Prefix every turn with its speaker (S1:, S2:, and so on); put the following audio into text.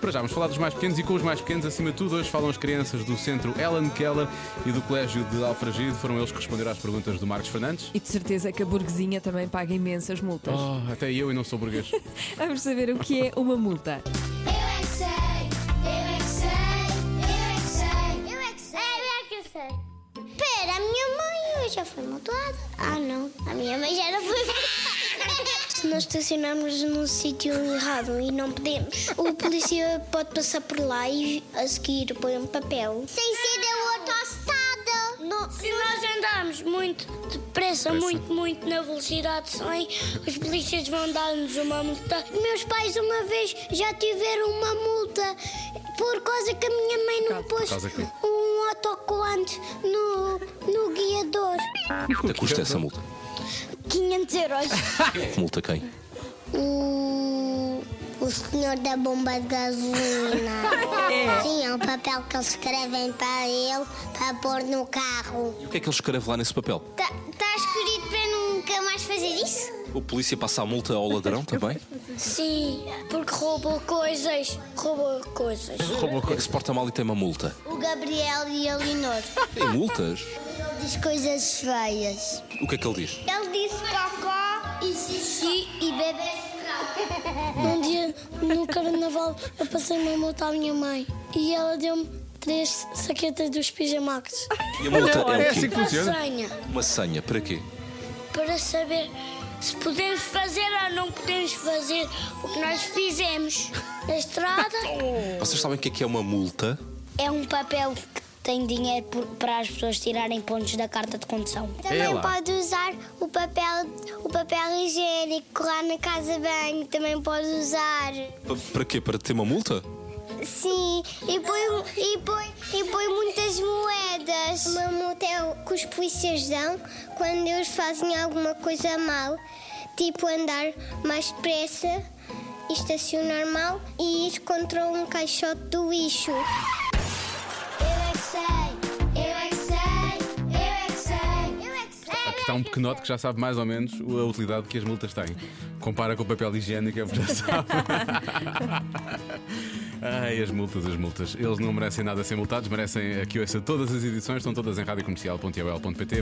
S1: Para já, vamos falar dos mais pequenos e com os mais pequenos, acima de tudo, hoje falam as crianças do Centro Ellen Keller e do Colégio de Alfragido. Foram eles que responderam às perguntas do Marcos Fernandes.
S2: E de certeza que a burguesinha também paga imensas multas.
S1: Oh, até eu e não sou burguês.
S2: Vamos saber o que é uma multa.
S3: Eu é que sei, eu é que sei, eu é que sei, eu é que sei, eu é que sei. Pera, a minha mãe já foi multada. Ah, não, a minha mãe já não foi Se nós estacionarmos num sítio errado e não podemos, o polícia pode passar por lá e a seguir põe um papel. Sem ser a autoestrada. Se nós andarmos muito depressa, muito, muito na velocidade 100, os polícias vão dar-nos uma multa. Meus pais uma vez já tiveram uma multa por causa que a minha mãe não pôs
S1: causa que-
S3: um autocolante no, no guiador.
S4: Quanto custa essa multa?
S3: 500 euros.
S4: Multa quem?
S3: o, o senhor da bomba de gasolina. Sim, é um papel que eles escrevem para ele para pôr no carro.
S4: E o que é que ele escreve lá nesse papel?
S3: Está escrito para nunca mais fazer isso?
S4: O polícia passa a multa ao ladrão também?
S3: Sim, porque roubou coisas. Roubou coisas.
S4: O que é que se porta mal e tem uma multa?
S3: O Gabriel e a Linor.
S4: Tem multas?
S3: Ele diz coisas feias.
S4: O que é que ele diz?
S3: Ele disse cocó e xixi e bebê. Um dia no carnaval eu passei uma multa à minha mãe e ela deu-me três saquetas dos pijamax.
S4: E a multa
S1: É
S4: é o
S1: assim que
S4: quê?
S1: funciona.
S3: Senha
S4: Uma senha, para quê?
S3: para saber se podemos fazer ou não podemos fazer o que nós fizemos na estrada.
S4: Vocês sabem o que é que é uma multa?
S3: É um papel que tem dinheiro por- para as pessoas tirarem pontos da carta de condução.
S1: Também É lá. pode
S3: usar o papel, o papel higiênico lá na casa banho, também pode usar.
S4: Pa- Para quê? Para ter uma multa?
S3: Sim, e põe, e põe, e põe muitas moedas. Uma multa é o que os polícias dão quando eles fazem alguma coisa mal, tipo andar mais depressa, estacionar mal e ir contra um caixote do lixo. Eu é que sei, eu é que sei, eu é que sei, eu é que sei.
S1: Aqui está um pequenote que já sabe mais ou menos a utilidade que as multas têm. Compara com o papel higiênico, é porque já sabe. Ai, as multas, as multas. Eles não merecem nada ser multados, merecem eh, que ouça todas as edições, estão todas em radiocomercial.iol.pt.